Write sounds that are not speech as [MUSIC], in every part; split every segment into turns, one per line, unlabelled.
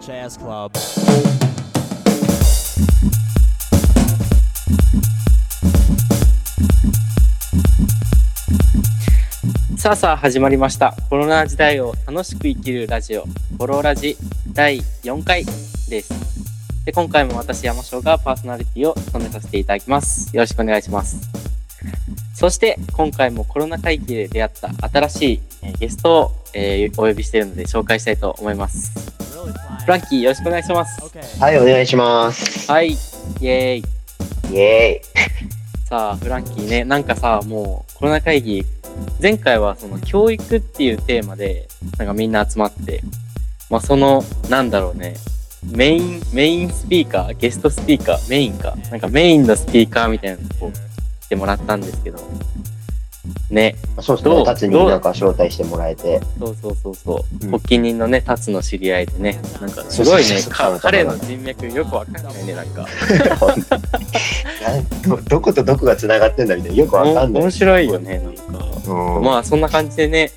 Jazz Club.
「さあさあ始まりましたコロナ時代を楽しく生きるラジオコロラジ第4回ですで今回も私山椒がパーソナリティを務めさせていただきますよろしくお願いしますそして今回もコロナ会議で出会った新しいえーゲストを、えーお呼びしているので紹介したいと思います
Really fine.
フランキーよろしくお願いします、
Okay.
[LAUGHS]
はい、お願いします。
はいイエーイ
イエ
さあフランキーねなんかさもうコロナ会議前回はその教育っていうテーマでなんかみんな集まってまあそのなんだろうねメインメインスピーカーゲストスピーカーメインかなんかメインのスピーカーみたいなのをしてもらったんですけどね
ーイ。そうです
どう
ね、タツになんか招待してもらえて。
そうそうそうそう、
うん
発起人のねタツの知り合いでねなんかすごいね
そうそうそう
か彼の人脈よくわかんないねなんか
ど [LAUGHS] どことどこが繋がってんだみたいな、よくわかんない。
面白いよねなんか
うん
まあそんな感じでね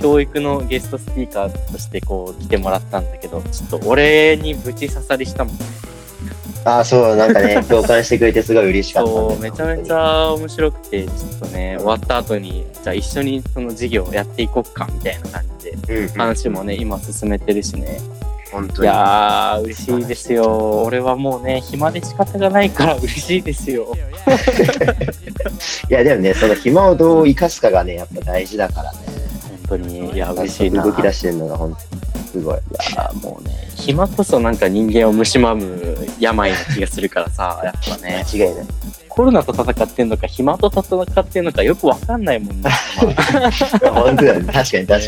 教育のゲストスピーカーとしてこう来てもらったんだけどちょっと俺にぶち刺さりしたもん
あー、そう、なんか [LAUGHS] ね、共感してくれてすごい嬉しかったんだ
そ
よ
うめ
ね、
ちゃめちゃ面白くてちょっとね終わった後にじゃあ一緒にその授業をやっていこうかみたいな感じで
うん。うん、
話もね今進めてるしね
本当
い
に。
やー嬉しいですよ俺はもうね暇で仕方がないから嬉しいですよ
Here, yeah.
いや、でもね、その暇をどう生かすかがね、やっぱ大事だからね。
本当にいや嬉しい
ち
なん
ゃと動き出してるのが本当にすごい。
あーもうね暇こそなんか人間を蝕む病な気がするからさやっぱ
間
ね
違いない。
コロナと戦ってんのか暇と戦ってんのかよくわかんないもんね
本当だね。確かに確かに。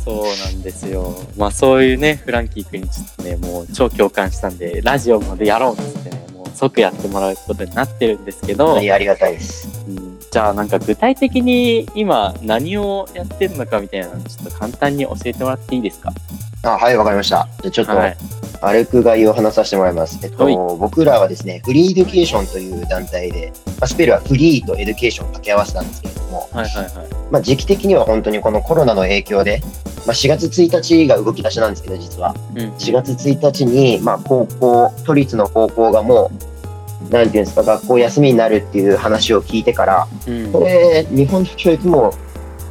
そうなんですよまあそういうねフランキー君にちょっとねもう超共感したんでラジオまでやろうっつってねもう即やってもらうことになってるんですけ
本
ど
当、にありがたいです。
うんじゃあなんか具体的に今何をやってるのかみたいなのちょっと簡単に教えてもらっていいですか
あ、はい、わかりました。じゃあちょっと、
はい
歩くがいを話させてもらいます。えっと、
はい
僕らはですね、フリーエデュケーションという団体で、まあ、スペルはフリーとエデュケーションを掛け合わせたんですけれども、
はいはいはい
まあ、時期的には本当にこのコロナの影響で、まあ、4月1日が動き出しなんですけど、実は。
うん
4月1日に、まあ、高校、都立の高校がもう、なんていうんですか、学校休みになるっていう話を聞いてから、
うん
これ、日本の教育も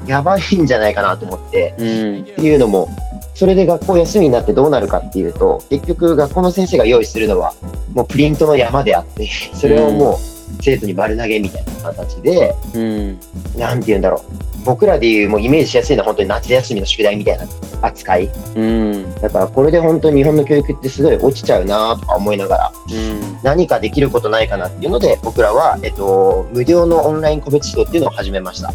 やばいんじゃないかなと思って、
うん
っていうのもそれで学校休みになってどうなるかっていうと結局学校の先生が用意するのはもうプリントの山であって [LAUGHS] それをもう生徒に丸投げみたいな形で
うん
何て言うんだろう僕らでいうもうイメージしやすいのは本当に夏休みの宿題みたいな扱い
うん
だからこれで本当に日本の教育ってすごい落ちちゃうなとか思いながら
うん
何かできることないかなっていうので僕らは、えっと、無料のオンライン個別指導っていうのを始めました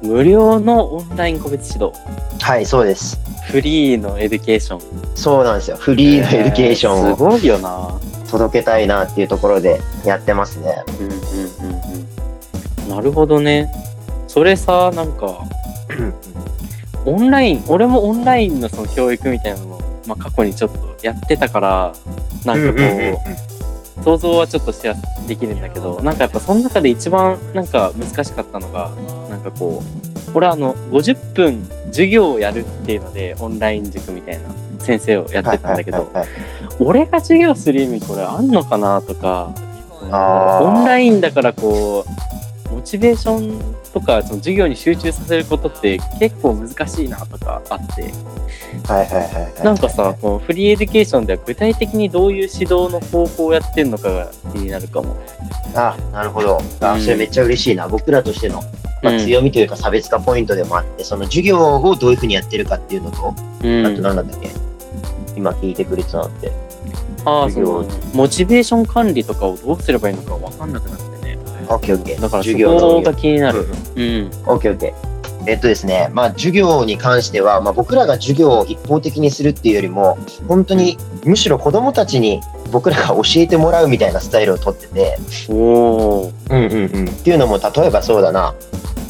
無料のオンライン個別指導
はいそうです
フリーのエデュケーション
そうなんですよフリーのエデュケーションを、
すごいよな
届けたいなっていうところでやってますね。
うんうんうんうんなるほどねそれさなんかオンライン俺もオンラインのその教育みたいなのを、まあ、過去にちょっとやってたからなんかこう,、想像はちょっとしやすできるんだけどなんかやっぱその中で一番なんか難しかったのがなんかこう俺あの50分授業をやるっていうのでオンライン塾みたいな先生をやってたんだけど、
はいはいはいはい
俺が授業する意味これあんのかなとか
あー
オンラインだからこうモチベーションとかその授業に集中させることって結構難しいなとかあって
はいはいはいはい
なんかさこのフリーエデュケーションでは具体的にどういう指導の方法をやってんのかが気になるかも。
あなるほど
う
あ
ん
それめっちゃ嬉しいな僕らとしての、まあ
うん
強みというか差別化ポイントでもあってその授業をどういうふうにやってるかっていうのと、
うん
あと何だったっけ今聞いてくれてたのって
あーそ
授業
のモチベーション管理とかをどうすればいいのか分かんなくなってね
OKOK
だからそ
授業の
こが気になる。うん、
OKOK えっとですね、まあ、授業に関しては、まあ、僕らが授業を一方的にするっていうよりも本当にむしろ子どもたちに僕らが教えてもらうみたいなスタイルをとってて、
おー
うんうんうん、っていうのも例えばそうだな、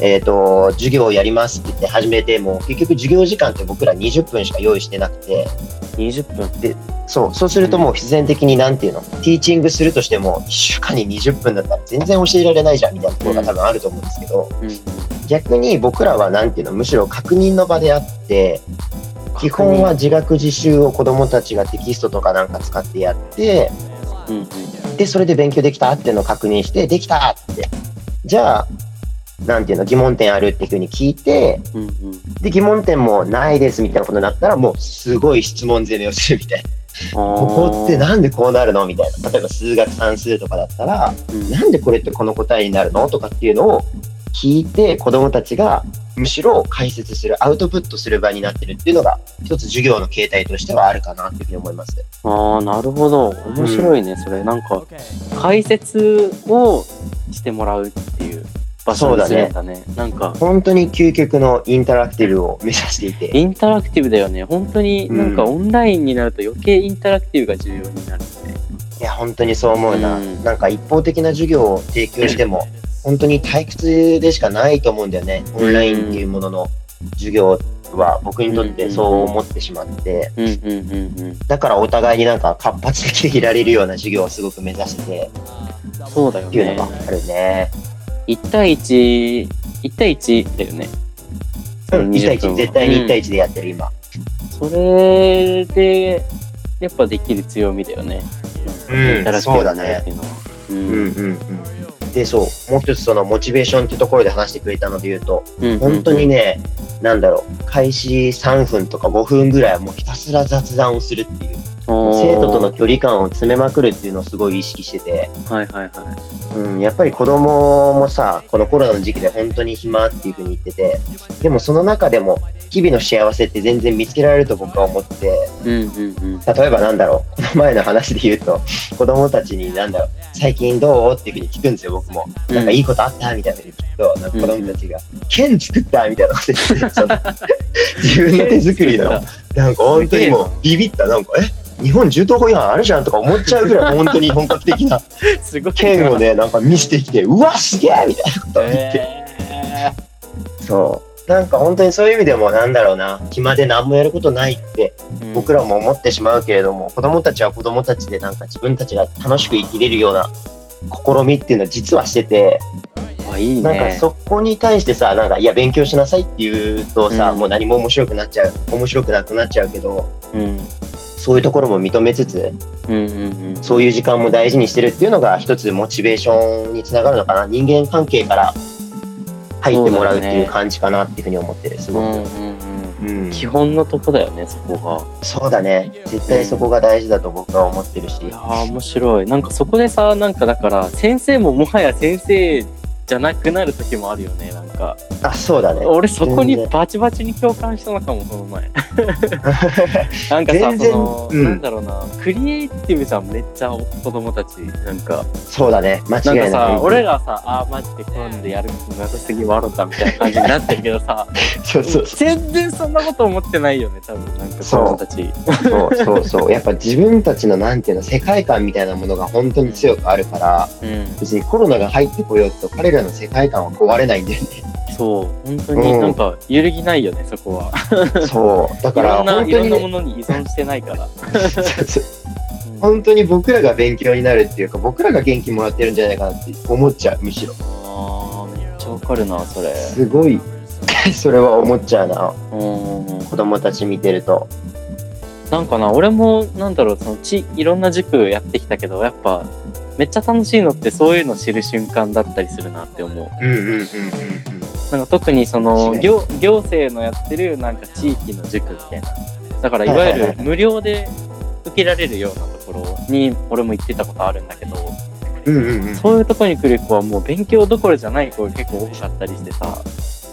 えー、と授業をやりますって言って始めても結局授業時間って僕ら20分しか用意してなくて
20分
そうそうするともう必然的になんていうのティーチングするとしても1週間に20分だったら全然教えられないじゃんみたいなところが多分あると思うんですけど
うん
逆に僕らはなんていうのむしろ確認の場であって基本は自学自習を子どもたちがテキストとかなんか使ってやって
うんうん
でそれで勉強できたっていうのを確認してできたってじゃあなんていうの疑問点あるっていうふうに聞いて
うんうん
で疑問点もないですみたいなことになったらもうすごい質問攻めをするみたいなここってなんでこうなるのみたいな例えば数学算数とかだったら
うん
なんでこれってこの答えになるのとかっていうのを聞いて子どもたちがむしろ解説するアウトプットする場になってるっていうのが一つ授業の形態としてはあるかなっていうふうに思います。
ああなるほど面白いね、それなんか解説をしてもらうっていう場所にすれたねなんか
本当に究極のインタラクティブを目指していて
インタラクティブだよね本当になんか
う
オンラインになると余計インタラクティブが重要になるね
いや本当にそう思うな、
うん
なんか一方的な授業を提供しても本当に退屈でしかないと思うんだよねオンラインっていうものの授業は僕にとってそう思ってしまって
うんうんうんうん
だからお互いになんか活発的でいられるような授業をすごく目指して
そうだよ
っていうの
ね
があるね。
1対11対1だよねその
1対
20分
1、
は
絶対に1対
うん
1でやってる今。
それでやっぱできる強みだよねインタラクティ
そう
ブ
だ
になるっ
ね。
ていうのはう
うんんうんうん。で、そう、もう一つそのモチベーションってところで話してくれたので言うと、
うんうん
本当にね、なんだろう、開始3分とか5分ぐらいはもうひたすら雑談をするっていう、生徒との距離感を詰めまくるっていうのをすごい意識してて、
はいはいは
うん、やっぱり子供もさ、このコロナの時期で本当に暇っていうふうに言ってて、でもその中でも、日々の幸せって全然見つけられると僕は思ってて、
い。うんうんうん。
例えばなんだろう、この前の話で言うと、子供たちになんだろう、最近どうっていうふうに聞くんですよ、僕も。なんかいいことあったみたいなふうに聞くと、なんか子供たちが、剣作ったみたいなこと言って [LAUGHS] その自分の手作りの、なんか本当にもうビビった、なんか、え日本銃刀法違反あるじゃんとか思っちゃうぐらい本当に本格的な
すごい
剣をね、なんか見せてきて、うわ、すげえみたいなことを言って。
え
そう。なんか本当にそういう意味でもなんだろうな、暇で何もやることないって
ー
僕らも思ってしまうけれども子供たちは子供たちでなんか自分たちが楽しく生きれるような試みっていうのは実はしてて
あいいね。
なんかそこに対してさなんかいや勉強しなさいって言うとさ、
うん
もう何も面白くなっちゃう面白くなくなっちゃうけど
うん
そういうところも認めつつ
うんうんうん。
そういう時間も大事にしてるっていうのが一つモチベーションにつながるのかな人間関係から入ってもらうっていう感じかなっていうふうに思ってるす
う
ご
ん
く。
うんうん。
うん、
基本のとこだよねそこ
そうだね絶対そこが大事だと僕は思ってるし
が。いやー面白い。なんかそこでさなんかだから先生ももはや先生じゃなくなる時もあるよねなんか。
あそうだね
俺そこに
全然
バチバチに共感したのかもこの
[LAUGHS]
前。なんかさ
全然
その、
うん
なんだろうなクリエイティブじゃんめっちゃ子供たちなんか。
そうだね、
なん
間違
か
いない。
さ、俺らさ、あーマジで今度やる気なさすぎ笑ったみたいな感じになってるけどさ、
そ
[LAUGHS]
う [LAUGHS] そうそ
全然そんなこと思ってないよね、多分、なんか子供たち。
うそうそう。やっぱ自分たちのなんていうの、世界観みたいなものが本当に強くあるから、
うん。
別にコロナが入ってこようと彼らの世界観は壊れないんだよね。
そう、本当になんか揺るぎないよね、そこは。
そう。だ
い
から
ろんな、
本
い
当
ろん
に
な
ね
も、のに依存してないから。
そうそう
うん
[LAUGHS] 本当に僕らが勉強になるっていうか、僕らが元気もらってるんじゃないかなって思っちゃう、むしろ。
あーめっちゃわかるな、それ。
すごい。それは思っちゃうな、
うん。
子供たち見てると。
なんかな、俺も、なんだろう、そのち、いろんな塾やってきたけど、やっぱ、めっちゃ楽しいのってそういうの知る瞬間だったりするなって思う。
うんうんうんうんうん。
なんか特にその
確かに
行行政のやってるなんか地域の塾みたいなだからい
はいは
わ
い
ゆる無料で受けられるようなところに俺も行ってたことあるんだけど
うんうんうん。
そういうとこに来る子はもう勉強どころじゃない子が結構多かったりしてさ、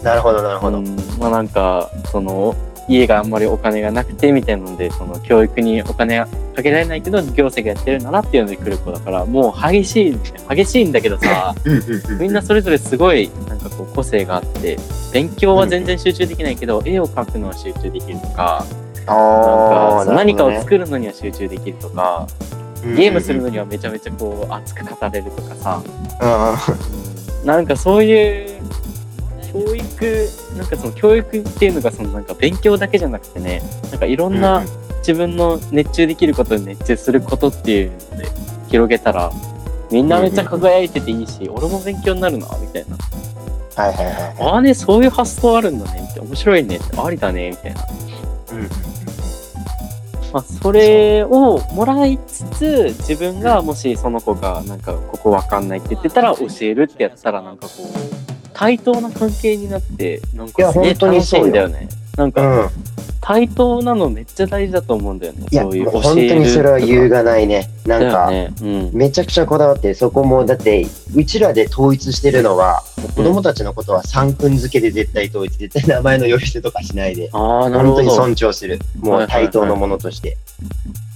なるほど、なる
う
ほど。
ん、まあなんかその家があんまりお金がなくてみたいなのでその教育にお金かけられないけど行政がやってるんだなっていうので来る子だからもう激しい激しいんだけどさ
うんうんうん
みんなそれぞれすごいなんかこう個性があって勉強は全然集中できないけど、絵を描くのは集中できるとかなん
あ
か
ー
そう何かを
なるほ
作るのには集中できるとか、
どね
ゲームするのにはめちゃめちゃこう熱く語れるとかさ、
うんうん
なんかそういう教育なんかその教育っていうのがそのなんか勉強だけじゃなくてねなんかいろんな自分の熱中できることに熱中することっていうので広げたらみんなめっちゃ輝いてていいし、俺も勉強になるなみたいな。
はいはいはい。
ああね、そういう発想あるんだねって、面白いねって、ありだねみたいな。
うん
まあ、それをもらいつつ自分がもしその子がなんかここわかんないって言ってたら教えるってやったらなんかこう対等な関係になってなん
いや
かすげえ
本当
楽
に
し
そう
い
よ
んだよねなん
う
か
ん。
対等なのめっちゃ大事だと思うんだよね
いや、
そういう
もう
教
本当
える
にそれは言う
とか
がないね。な
だ
ん
よ
か、
ねうん
めちゃくちゃこだわって、そこも、だって、うちらで統一してるのは、子供たちのことは三君付けで絶対統一、絶対名前の呼び捨てとかしないで、
ああなるほ
本当に
ど
尊重する。もう対等のものとして。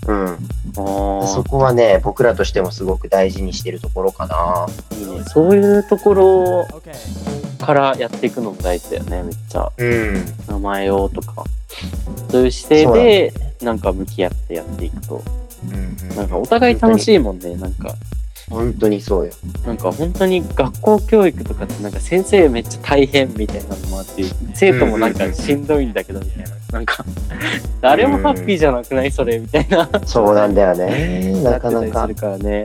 うん。
あー
そこはね、僕らとしてもすごく大事にしてるところかな。
いいねそういうところからやっていくのも大事だよねめっちゃ
うん。
名前をとかそういう姿
そうだ
勢でなんか向き合ってやっていくとなんかお互い楽しいもんねなんか
本当にそうよ。
なんか本当に学校教育とかってなんか先生めっちゃ大変みたいなのもあって生徒もなんかしんどいんだけどみたいななんか誰もハッピーじゃなくないそれみたいな
そうなんだよね。なかな
なってた
か
りするからね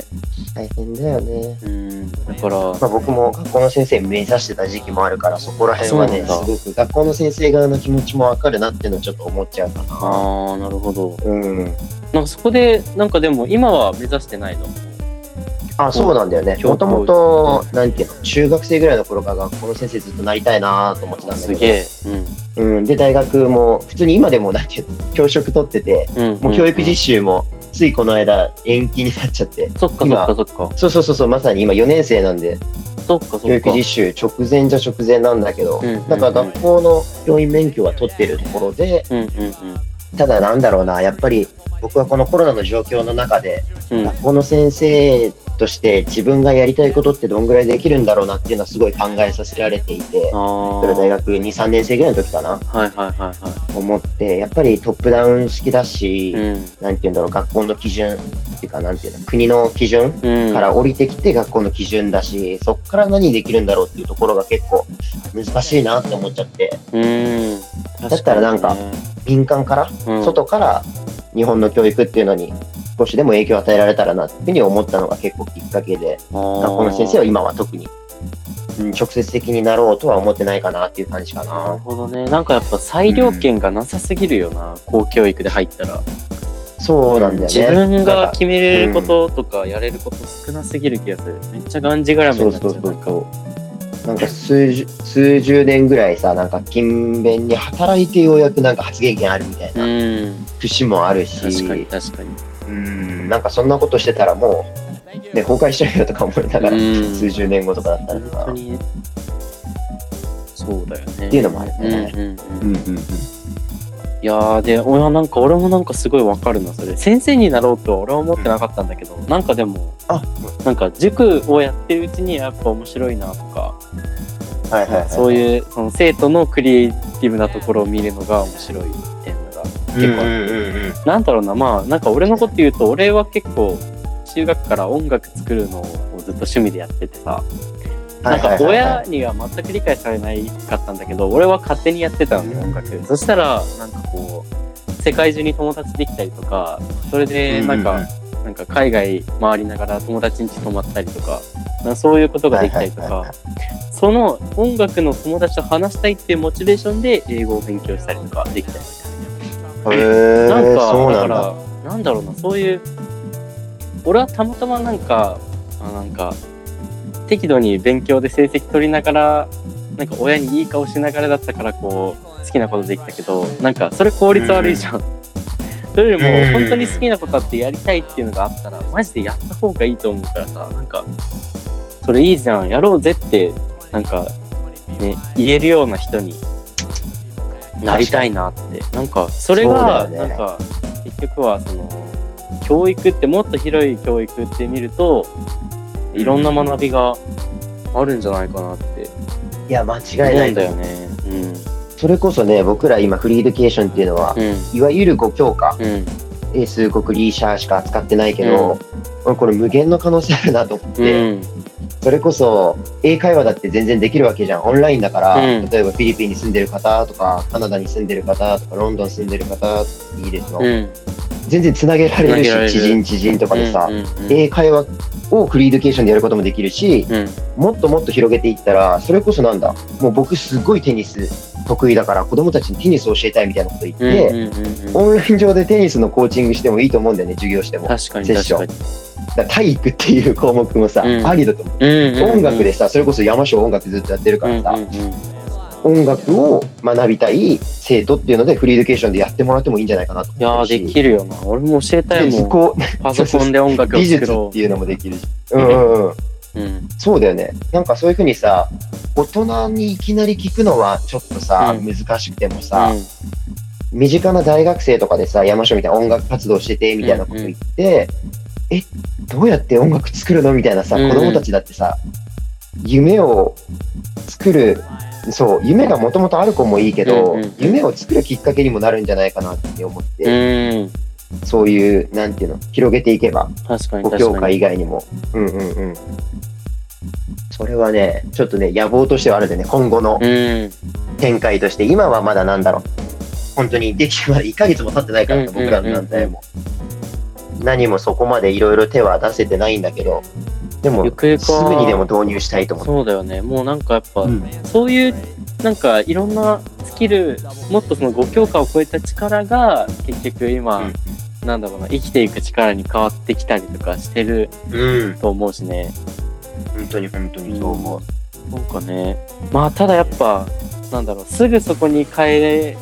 大変だよね。
うんだから
まあ、僕も学校の先生目指してた時期もあるから、そこら辺はね、
そうなんだ
すごく学校の先生側の気持ちもわかるなっていうのをちょっと思っちゃうかな。
ああなるほど
うん。
なんかそこでなんかでも今は目指してないの
あ、そうなんだよね。
教
も
育
ともと、なんていうの、中学生ぐらいの頃から学校の先生ずっとなりたいなと思ってたんだ
す
け
げ
ど。
え
うん。で、大学も、普通に今でもなんていうの、教職取ってて、
うんうん
もう教育実習も、ついこの間延期になっちゃって。
そっかそっかそっか
そうそうそうそう、まさに今4年生なんで、
そっかそっか
教育実習直前じゃ直前なんだけど、
うんうんうん
なんか学校の教員免許は取ってるところで
うんうん
ただなんだろうなやっぱり僕はこのコロナの状況の中で
うんうん
学校の先生として自分がやりたいことってどんぐらいできるんだろうなっていうのはすごい考えさせられていて
あ。あ
それ大学23年生ぐらいの時かな
はいはいはいは
思ってやっぱりトップダウン式だし
い、うん
なんて言うんだろう学校の基準っていうかなんていうの国の基準
うん
から降りてきて学校の基準だし、そこから何できるんだろうっていうところが結構難しいなって思っちゃって、
うん
だったらなんか民間から、外から日本の教育っていうのに少しでも影響を与えられたらなっていうふうに思ったのが結構きっかけで、学校の先生は
は
今は特に、うん直接的になろうとは思ってないかなっていう感じか
なる
な。
ほどねなんかやっぱ裁量権がなさすぎるよな、公教育で入ったら
そうなんだよね。
自分が決めれるこ
なん
ととかやれること少なすぎる気がするめっちゃがんじがらめになっちゃう
そうそうそう
なんか
なんか数十数十年ぐらいさ、なんか勤勉に働いてようやくなんか発言権あるみたいな
うん
節もあるし、
確かに確かに
うんなんかそんなことしてたらもう、ね、崩壊しちゃうよとか思いながら、
うん
数十年後とかだったら
本
さ
当。にそうだよね
っていうのもあるよね
うんうんうん
うんうんうん
いやーで俺はなんか俺もなんかすごいわかるなそれ先生になろうとは俺は思ってなかったんだけど、なんかでも
あ
なんか塾をやってるうちにやっぱ面白いなとか、
はいはいはい。
そういうその生徒のクリエイティブなところを見るのが面白いっていうのが結構あって、
結
なんだろうなまあなんか俺のこと言うと俺は結構中学から音楽作るのをずっと趣味でやっててさ
構、
なんか
はいはいはい
親には全く理解されないかったんだけど俺は勝手にやってたのよ
うん
音楽そしたらなんかこう世界中に友達できたりとかそれでなんか、
うんうん
なんか海外回りながら友達に泊まったりとかなんかそういうことができたりと
はいはいはい
かその音楽の友達と話したいっていうモチベーションで英語を勉強したりとかできたり
へー
なんか、
そうな
だ
んだ。
から、なんだろうな、そういう、俺はたまたまなんか、あなんか、適度に勉強で成績取りながら、なんか親にいい顔しながらだったから、こう、好きなことできたけど、なんか、それ効率悪いじゃん。それより
うん
も、本当に好きなことあってやりたいっていうのがあったら、マジでやった方がいいと思うからさ、なんか、それいいじゃん、やろうぜって、なんか、ね、言えるような人になりたいなってなんかそれが
そうだ
な
よ
ん
ね
か結局はその教育ってもっと広い教育って見るといろんな学びがあるんじゃないかなって
いや、間違い
思
な
うん
い
だよね。うん
それこそね、僕ら今、フリーエデュケーションっていうのは、
うん
いわゆる5教科、
うん
英数国リーシャーしか扱ってないけど、俺これ無限の可能性あるなと思って、
うん
それこそ英会話だって全然できるわけじゃんオンラインだから、
うん
例えばフィリピンに住んでる方とかカナダに住んでる方とかロンドン住んでる方イギリスの、
うん
全然つなげられる
つなげられる
し知人知人とかでさ、
うんうん
英会話をフリーエデュケーションでやることもできるし
うん
もっともっと広げていったらそれこそなんだもう僕すごいテニス得意だから子供たちにテニスを教えたいみたいなこと言っ
うん
て、
うんうんうん
オンライン上でテニスのコーチングしてもいいと思うんだよね、授業しても。だか
確かに
セッシ
確
ョ
か
ンら体育っていう項目もさ、
うん
ありだと思う。
に。
音楽ですさ、それこそ山椒音楽ずっとやってるからさ、
う
音楽を学びたい生徒っていうので、フリーエデュケーションでやってもらってもいいんじゃないかなと
んいや
思う
ー
し。
できるよな。俺も教えたい
でそ
もん。
こ
[LAUGHS] パソコンで音楽を
美
作
術
ろ
っていうのもできるし。うんうんうん。
う。うん。
そうだよね。なんかそういうふうにさ、大人にいきなり聞くのはちょっとさ、
うん
難しくてもさ、身近な大学生とかでさ、山椒みたいな音楽活動してて、みたいなこと言って、え、どうやって音楽作るのみたいなさ、
うんうん
子供たちだってさ、夢を作る、そう、夢がもともとある子もいいけど、
うんうん
夢を作るきっかけにもなるんじゃないかなって思って、
うん。うん。
そういう、なんていうの、広げていけば、
確かに
ご
確
教
か
会
に。
以外にも。うんうんうん。それはね、ちょっとね、野望としてはあるんだよね、今後の
うん。
展開として、今はまだなんだろう。本当にできてまだ1ヶ月も経ってないからさ、僕らの団体も。何もそこまでいろいろ手は出せてないんだけど、でも
ゆ、くゆく
す
は
ぐにでも導入したいと思う。
そうだよね。もうなんかやっぱ、
うん
そういう、なんかいろんなスキル、もっとそのご教科を超えた力が、結局今、
うん
なんだろうな、生きていく力に変わってきたりとかしてる
うん、
と思うしね。
本当に本当にそう思う。
なんかね、まあただやっぱ、なんだろう、すぐそこに帰れ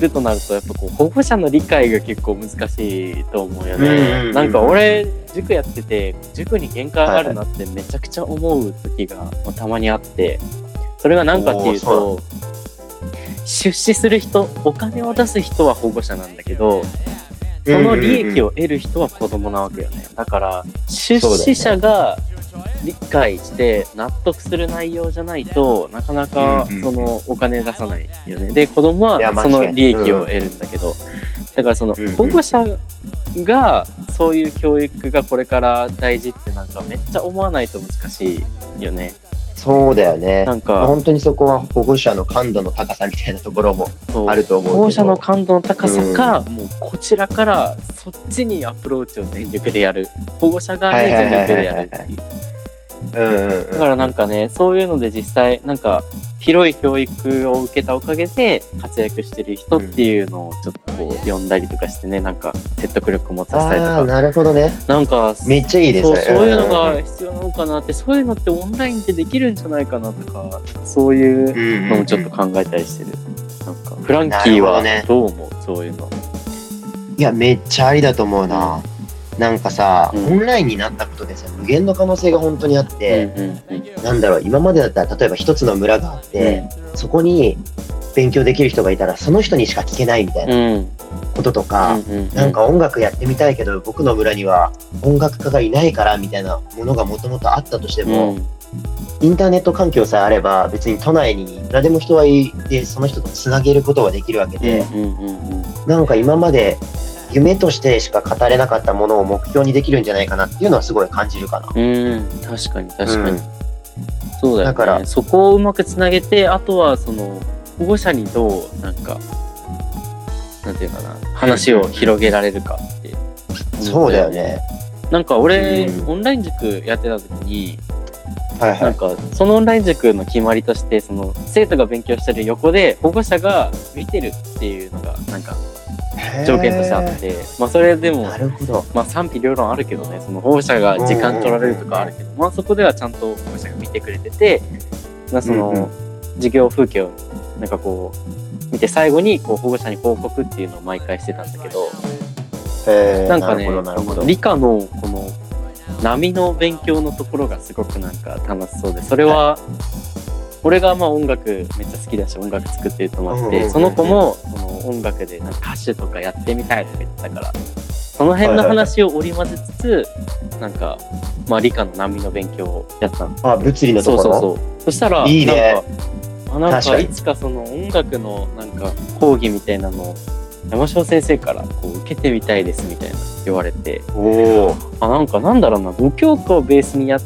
るとなると、やっぱこう、保護者の理解が結構難しいと思うよ
うんうんうんう
ね。
ん
なんか俺、塾やってて、塾に限界あるなってめちゃくちゃ思う時がまあたまにあって、それが何かっていうと、出資する人、お金を出す人は保護者なんだけど、その利益
を。
を得る人は子供なわけよね。だから、出
そうだよね
資者が理解して納得する内容じゃないとなかなか
うんうん
そのお金出さないよね。で、子供はい
や間違
そ
いない
の利益を得るんだけど。だからその
うんうん
保護者がそういう教育がこれから大事ってなんかめっちゃ思わないと難しいよね。
そうだよね
な。んか、
本当にそこは保護者の感度の高さみたいなところも
そう
あると思うけど。
保護者の感度の高さか、もうこちらからそっちにアプローチを全力でやる保護者側に全力でやるっていう
うんうんうん
だからなんかねそういうので実際なんか広い教育を受けたおかげで活躍してる人っていうのをちょっとこう呼んだりとかしてねなんか説得力を持たせたり
ああ、
とか
なるほどね。
なんか
めっちゃいいです
そう
ね。
そういうのが必要なのかなってそういうのってオンラインでできるんじゃないかなとかそういうのもちょっと考えたりしてる。なんかフランキーは
なる
どう思う、そういうの。
いや、めっちゃありだと思うな。なんかさ、
うん
オンラインになったことでさ、無限の可能性が本当にあっ
うん
て、
うんうん
なんだろう、今までだったら、例えば一つの村があって、そこに勉強できる人がいたら、その人にしか聞けないみたいな
うん
こととか、
うん
なんか音楽やってみたいけど、僕の村には音楽家がいないからみたいなものがもともとあったとして
で
も、インターネット環境さえあれば、別に都内にいくらでも人はいて、その人とつなげることができるわけで、
うんうんうん
なんか今まで夢としてしか語れなかったものを目標にできるんじゃないかなっていうのはすごい感じるかな。
うん確かに確かに、
うん
そうだよね
だから
そこをうまくつなげてあとはその保護者にどうなんかなんていうかな話を広げられるかって、
そうだよね。
なんか俺、
うん
オンライン塾やってた時に
はいは
ないん。かそのオンライン塾の決まりとしてその生徒が勉強してる横で保護者が見てるっていうのがなんか条件としてあっ
へ
て、まあそれで
ー
も
なるほど。
まあ賛否両論あるけどねその保護者が時間取られるとかあるけど、まあ、そこではちゃんと保護者が見てくれてて、まあ、その、
うんうん
授業風景をなんかこう見て最後にこう保護者に報告っていうのを毎回してたんだけど
へー
なんかね
なるほど、なるほど。
理科のこの波の勉強のところがすごくなんか楽しそうでそれは俺がまあ音楽めっちゃ好きだし音楽作ってると思っ
うんうんう
て
ん
その子もその音楽でなんか歌手とかやってみたいとか言ってたからその辺の話を織り交ぜつつなんかまあ理科の波の勉強をやったの
あ、物理の
そ
と
う
ころ
そうそうそしたら
いい
な
ね
んかあなん
確
か
かに
いつかその音楽のなんか講義みたいなのを山椒先生からこう受けてみたいですみたいな言われて
おお。
あなんかなんだろうなご教科をベースにや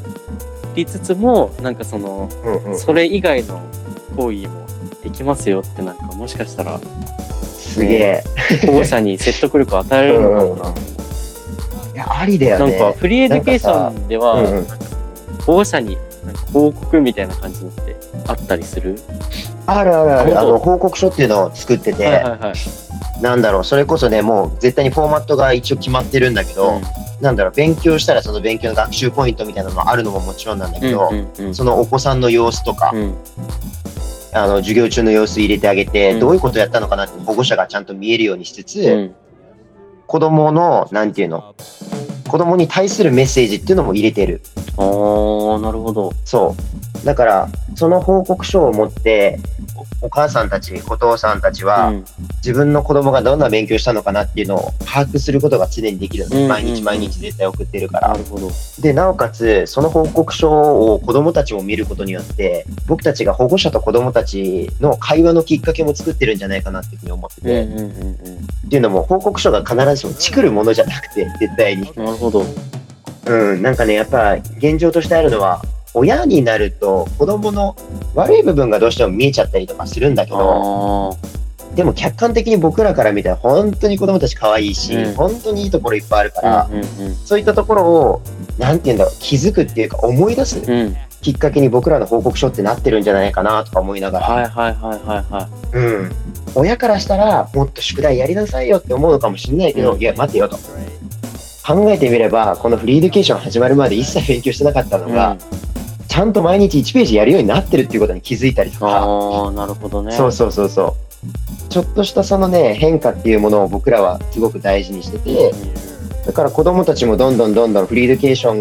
りつつもなんかその
うんうん。
それ以外の講義もできますよってなんかもしかしたら
すげえ。
保護者に説得力を与えられるのかもな
うんいや、ありだよ
なん
ね。
かフリーエデュケーションでは
なんかさうんう
なん
ん
か保護者になんか報告みたいな感じのってあったりする
あるあるある。
本
あ
当
の、報告書っていうのを作ってて、
はいはいはい。
なんだろう、それこそね、もう絶対にフォーマットが一応決まってるんだけど、なんだろう、勉強したらその勉強の学習ポイントみたいなのもあるのももちろんなんだけど、
うんうん
そのお子さんの様子とか、
うん
あの授業中の様子入れてあげて、
うん
どういうことやったのかなって保護者がちゃんと見えるようにしつつ、
うん
子供の、なんていうの、子供に対するメッセージっていうのも入れてる。
あーなるほど。
そう。だから、その報告書を持って、おお母さんたち、お父さんたちは、
うん
自分の子供がどんな勉強したのかなっていうのを把握することが常にできるのね、
うんうん
毎日毎日絶対送ってるから
な。るほど。
で、なおかつ、その報告書を子供たちも見ることによって、僕たちが保護者と子供たちの会話のきっかけも作ってるんじゃないかなっていうふうに思って
うんう
て、
んうん
っていうのも、報告書が必ずしも作るものじゃなくて、絶対に。
うん。なるほど。
うん、なんかね、やっぱ現状としてあるのは、親になると子供の悪い部分がどうしても見えちゃったりとかするんだけど、
あ
でも客観的に僕らから見たら本当に子供たち可愛いし、
うん
本当にいいところいっぱいあるから、
あ。うんうん
そういったところを、なんて言うんだろう、気づくっていうか思い出す
うん。うん。
きっかけに僕らの報告書ってなってるんじゃないかなとか思いながら、
はいはいはいはいは
うん。親からしたらもっと宿題やりなさいよって思うのかもしれないけど、
うん
いや、待てよと。考えてみれば、このフリーエデュケーション始まるまで一切勉強してなかった
い。
の
う
が、
ん
ちゃんと毎日1ページやるようになってるっていうことに気づいたりとか、
ああ、なるほどね。
そうそうそうそう。ちょっとしたそのね、変化っていうものを僕らはすごく大事にしてて、だから子供たちもどんどんどんどんフリーエデュケーショ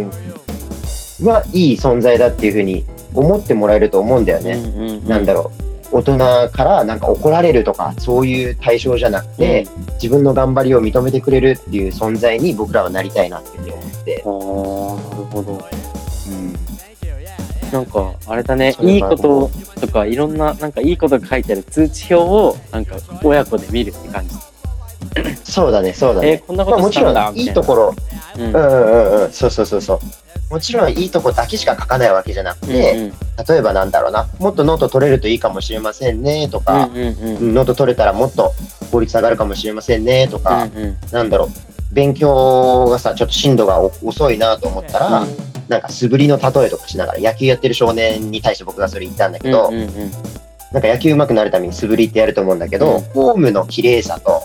ンはいい存在だっていうふうに思ってもらえると思うんだよね。
うんうんうん。
なんだろう。大人からなんか怒られるとか、そういう対象じゃなくて、自分の頑張りを認めてくれるっていう存在に僕らはなりたいなっていうふうに思って。
ああ、なるほど。
うん
なんか、あれだね
そ、れ
いいこととか、いろんな、なんかいいことが書いてある通知表を、なんか、親子で見るって感じ。
そうだね、そうだ
え
ね。
ーこんなこ
まあ
と
も
し
ち
た
ろ
んだ、
ん、いいところ、
ろ。うん。
うんうんうんうん、そうそうそうそう。もちろんいいとこだけしか書かないわけじゃなく
うん
て、例えばなんだろうな、もっとノート取れるといいかもしれませんねとか、
うんうんうん。
ノート取れたらもっと効率上がるかもしれませんねとか、
うんうん
なんだろう、勉強がさ、ちょっと進度がお遅いなと思ったら、
うん
なんか素振りの例えとかしながら、野球やってる少年に対して僕がそれ言ったんだけど、
うんうんうん
なんか野球上手くなるために素振りってやると思うんだけど、
うん
フォームの綺麗さと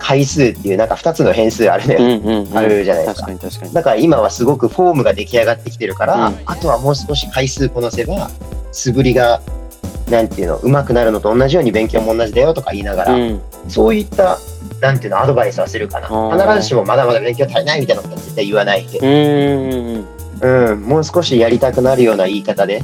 回数っていう、なんか2つの変数あるね。
うんうんうん
あるじゃないで
確
すか
かに確かに。
だから今はすごくフォームが出来上がってきてるから、
うん
あとはもう少し回数こなせば素振りがなんていうの上手くなるのと同じように勉強も同じだよとか言いながら、
うん
そういったなんていうのアドバイスはするかな
あー
必ずしもまだまだ勉強足りないみたいなことは絶対言わないで、
うんうんうん。
うん、もう少しやりたくなるような言い方で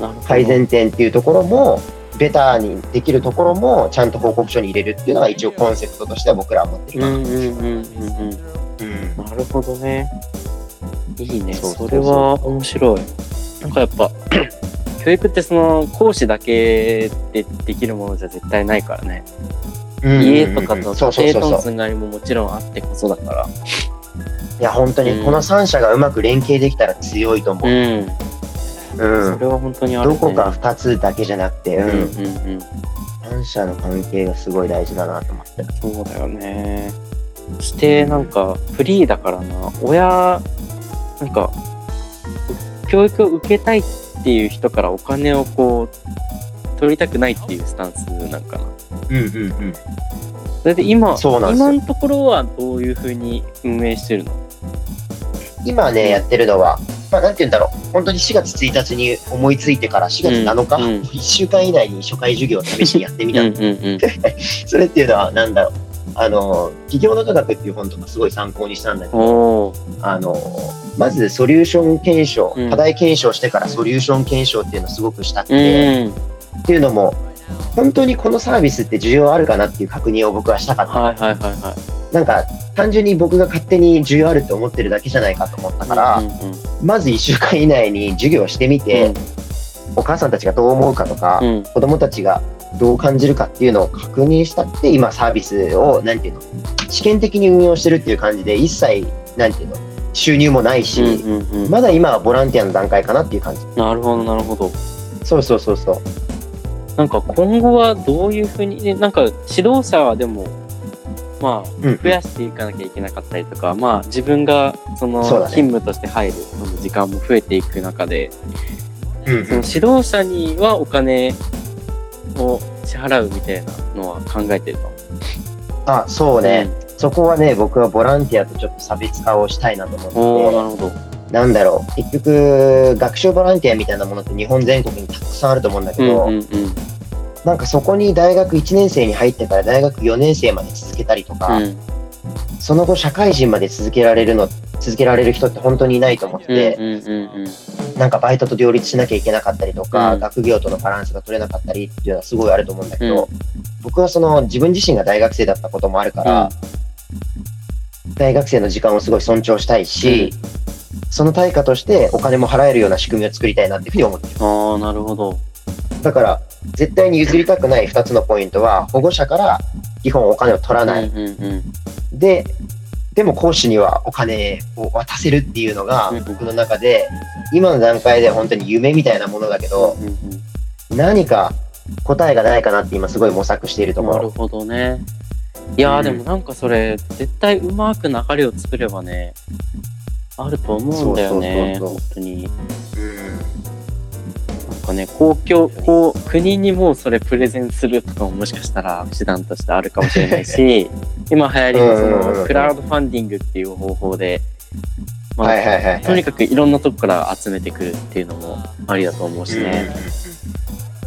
なるほど
改善点っていうところもベターにできるところもちゃんと報告書に入れるっていうのが一応コンセプトとしては僕らは持って
う
る、
んうんうんうんうん。
うん
なるほどね。いいね。
そうそうそう
それは面白い。なんかやっぱ、 [CLEARS THROAT] 教育ってその講師だけでできるものじゃ絶対ないからね。
うん
家とかと
そうそう
家
そ
庭
う
と
そ
の
う
つながりももちろんあってこそだから。
いや本当に
うん
この3社がうまく連携できたら強いと思う、
うん。
うん
それは本当にある、
ど
ね。
こか2つだけじゃなくて、
うん
うん、
うんうん。
3社の関係がすごい大事だなと思って
そうだよね。して、なんか、フリーだからな、親、なんか、教育を受けたいっていう人からお金をこう、取りたくないっていうスタンスなんかな。
うんうんうん
それで今、
そうなんですよ
今のところはどういうふうに運営してるの
今ねやってるのはまあなんて言うんだろう本当に4月1日に思いついてから4月7日、
うんうん
1週間以内に初回授業を試しにやってみたの、
うんうん。
それっていうのはなんだろうあの企業の科学っていう本とかすごい参考にしたんだけど
おー
あのまずソリューション検証、
うん
課題検証してからソリューション検証っていうのをすごくしたく
う
て、
ん。
っていうのも、本当にこのサービスって需要あるかなっていう確認を僕はしたかった。
はいはいはいは
なんか、単純に僕が勝手に需要あるって思ってるだけじゃないかと思った
い。
から、
うんうん
まず1週間以内に授業してみて、お母さんたちがどう思うかとか、
うん。
子供たちがどう感じるかっていうのを確認したって、今サービスを、なんていうの、試験的に運用してるっていう感じで、一切、なんていうの、収入もないし、
うんうんうん
まだ今はボランティアの段階かなっていう感じ。
なるほどなるほど。
そうそうそうそう。
なんか今後はどういうふうに、ね、なんか指導者はでも、まあ、
うん
増やしていかなきゃいけなかったりとか、まあ、自分がその
そうだね
勤務として入るその時間も増えていく中で、
うんうん
その指導者にはお金を支払うみたいなのは考えてるの。
あ、そうね。そこはね、僕はボランティアとちょっと差別化をしたいなと
うん。おお
思っ
なるほど。
て、なんだろう。結局、学習ボランティアみたいなものって日本全国にたくさんあると思うんだ
う
け
ん
ど、
うんうん。
なんかそこに大学1年生に入ってから大学4年生まで続けたりとか、
うん
その後社会人まで続けられるの、続けられる人って本当にいないと思っ
うん
て、
うんうん
なんかバイトと両立しなきゃいけなかったりとか、
うん
学業とのバランスが取れなかったりっていうのはすごいあると思うんだけど、僕はその自分自身が大学生だったこともあるから、大学生の時間をすごい尊重したいし、その対価としてお金も払えるような仕組みを作りたいなっていうふうに思ってる。
ああなるほど。
だから、絶対に譲りたくない2つのポイントは、保護者から基本お金を取らない。
うんうんうん。
で、でも講師にはお金を渡せるっていうのが
うん
僕の中で、今の段階で本当に夢みたいなものだけど、
うんうん
何か答えがないかなって今すごい模索しているとこ
なる
ろ。
ほどね。いやー、
うん
でもなんかそれ絶対うまく流れを作ればねあると思うんだよね
そうそうそうそう
本当に
うん
なんかね公共こう国にもうそれプレゼンするとかももしかしたら手段としてあるかもしれないし今流行りのそ
うんうんうんう
の
ん
クラウドファンディングっていう方法で、まあ
はいはいはいはい。
とにかくいろんなとこから集めてくるっていうのもありだと思うしね。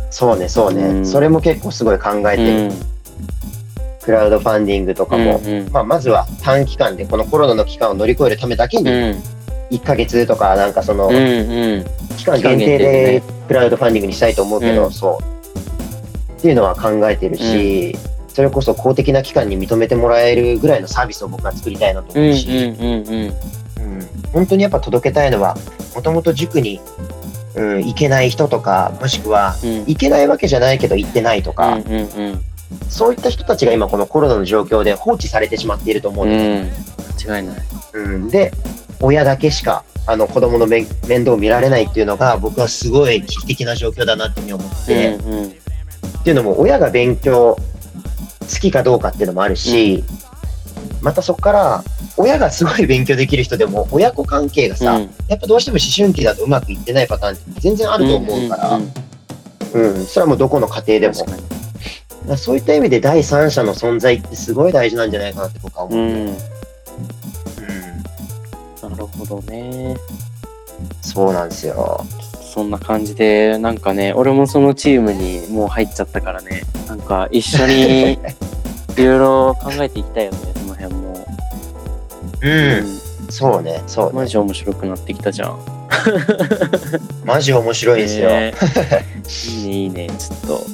そうね、そうね、
うん
それも結構すごい考え
う
てる。
ん
クラウドファンディングとかも、
うん
まあ、まずは短期間で、このコロナの期間を乗り越えるためだけ
う
に、
ん
1ヶ月とか、なんかその
うん、うん
期間限定でクラウドファンディングにしたいと思うけど、そう。っていうのは考えてるし、それこそ公的な機関に認めてもらえるぐらいのサービスを僕は作りたいなと
うん
思うし、
うんうんうん
うん本当にやっぱ届けたいのは、もともと塾に、うん、行けない人とか、もしくは、
うん
行けないわけじゃないけど行ってないとか、
うんうんうん
そういった人たちが今このコロナの状況で放置されてしまっていると思う
うん
です、
ん、間違いない。
うん、で親だけしかあの子供の面面倒を見られないっていうのが僕はすごい危機的な状況だなっていうふうに思って、
うんうん
っていうのも親が勉強好きかどうかっていうのもあるし、またそこから親がすごい勉強できる人でも親子関係がさ、
うん
やっぱどうしても思春期だとうまくいってないパターンって全然あると思うから、うん
んん
それはもうどこの家庭でも
確かに
だからそういった意味で第三者の存在ってすごい大事なんじゃないかなって僕は思う
う、ん、な
うん
るほどね。
そうなんですよ
そんな感じで、なんかね、俺もそのチームにもう入っちゃったからね、なんか一緒
[LAUGHS]
にいろいろ考えていきたいよね、その辺も。
う、
うん
そうねそうね
マジ面白くなってきたじゃん。
マジ面白いですよ、
ねいいね、いいね、ちょっと。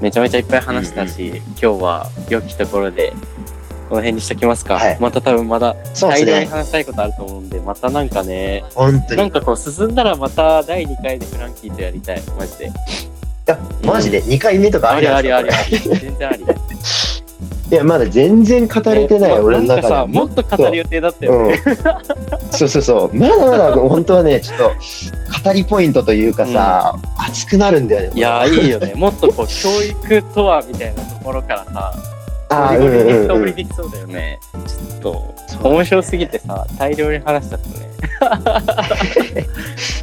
めちゃめちゃいっぱい話したし、今日は良きところで、この辺にしときますか。
はい
また多分まだ
そうで
大
す
量に
ね
話したいことあると思うんで、またなんかね、
本当に
なん
い
かこう進んだらまた第2回でフランキーとやりたい、マジで。
やマジで2回目とかあ
あ
る
り
や
あ
ん
りありあり、全然あり。
いやまだ全然語れてない、
ね
俺の
なんかさ、
中で
もっと語る予定だったよね。
うんそうそうそうまだまだ本当はねちょっと語りポイントというかさ、熱くなるんだよね
いやーいいよね、もっとこう教育とはみたいなところからさ、
あー
ゴリゴリ
うんうん
深掘
う
り
ん
できそうだよね。ちょ
そ
っ
う
と
だね
面白すぎてさ、大量に話しちゃったね。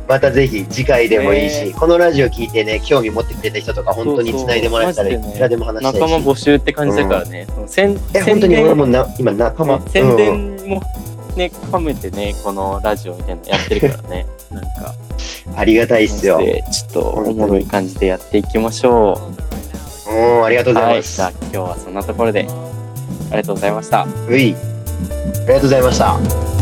またぜひ次回でもいいし、
ね
このラジオ聞いてね興味持ってくれた人とか本当に繋いでもらえたら
そう
い
そう
くらでも話したいし
仲間募集って感じだからね。その宣
え
宣
本当に
伝
俺もな今仲間、
宣
うん
伝もね、込めてね、このラジオみたいなのやってるから
[LAUGHS]
ね。なんか。
ありがたいっす
ち
よ
ょっとおもろい感じでやっていきましょ
うんありがと
う。
うござ
は
い
い、
ま
じ
す、
ゃあ今日はそんなところでありがとうございました。
ういありがとうございました
「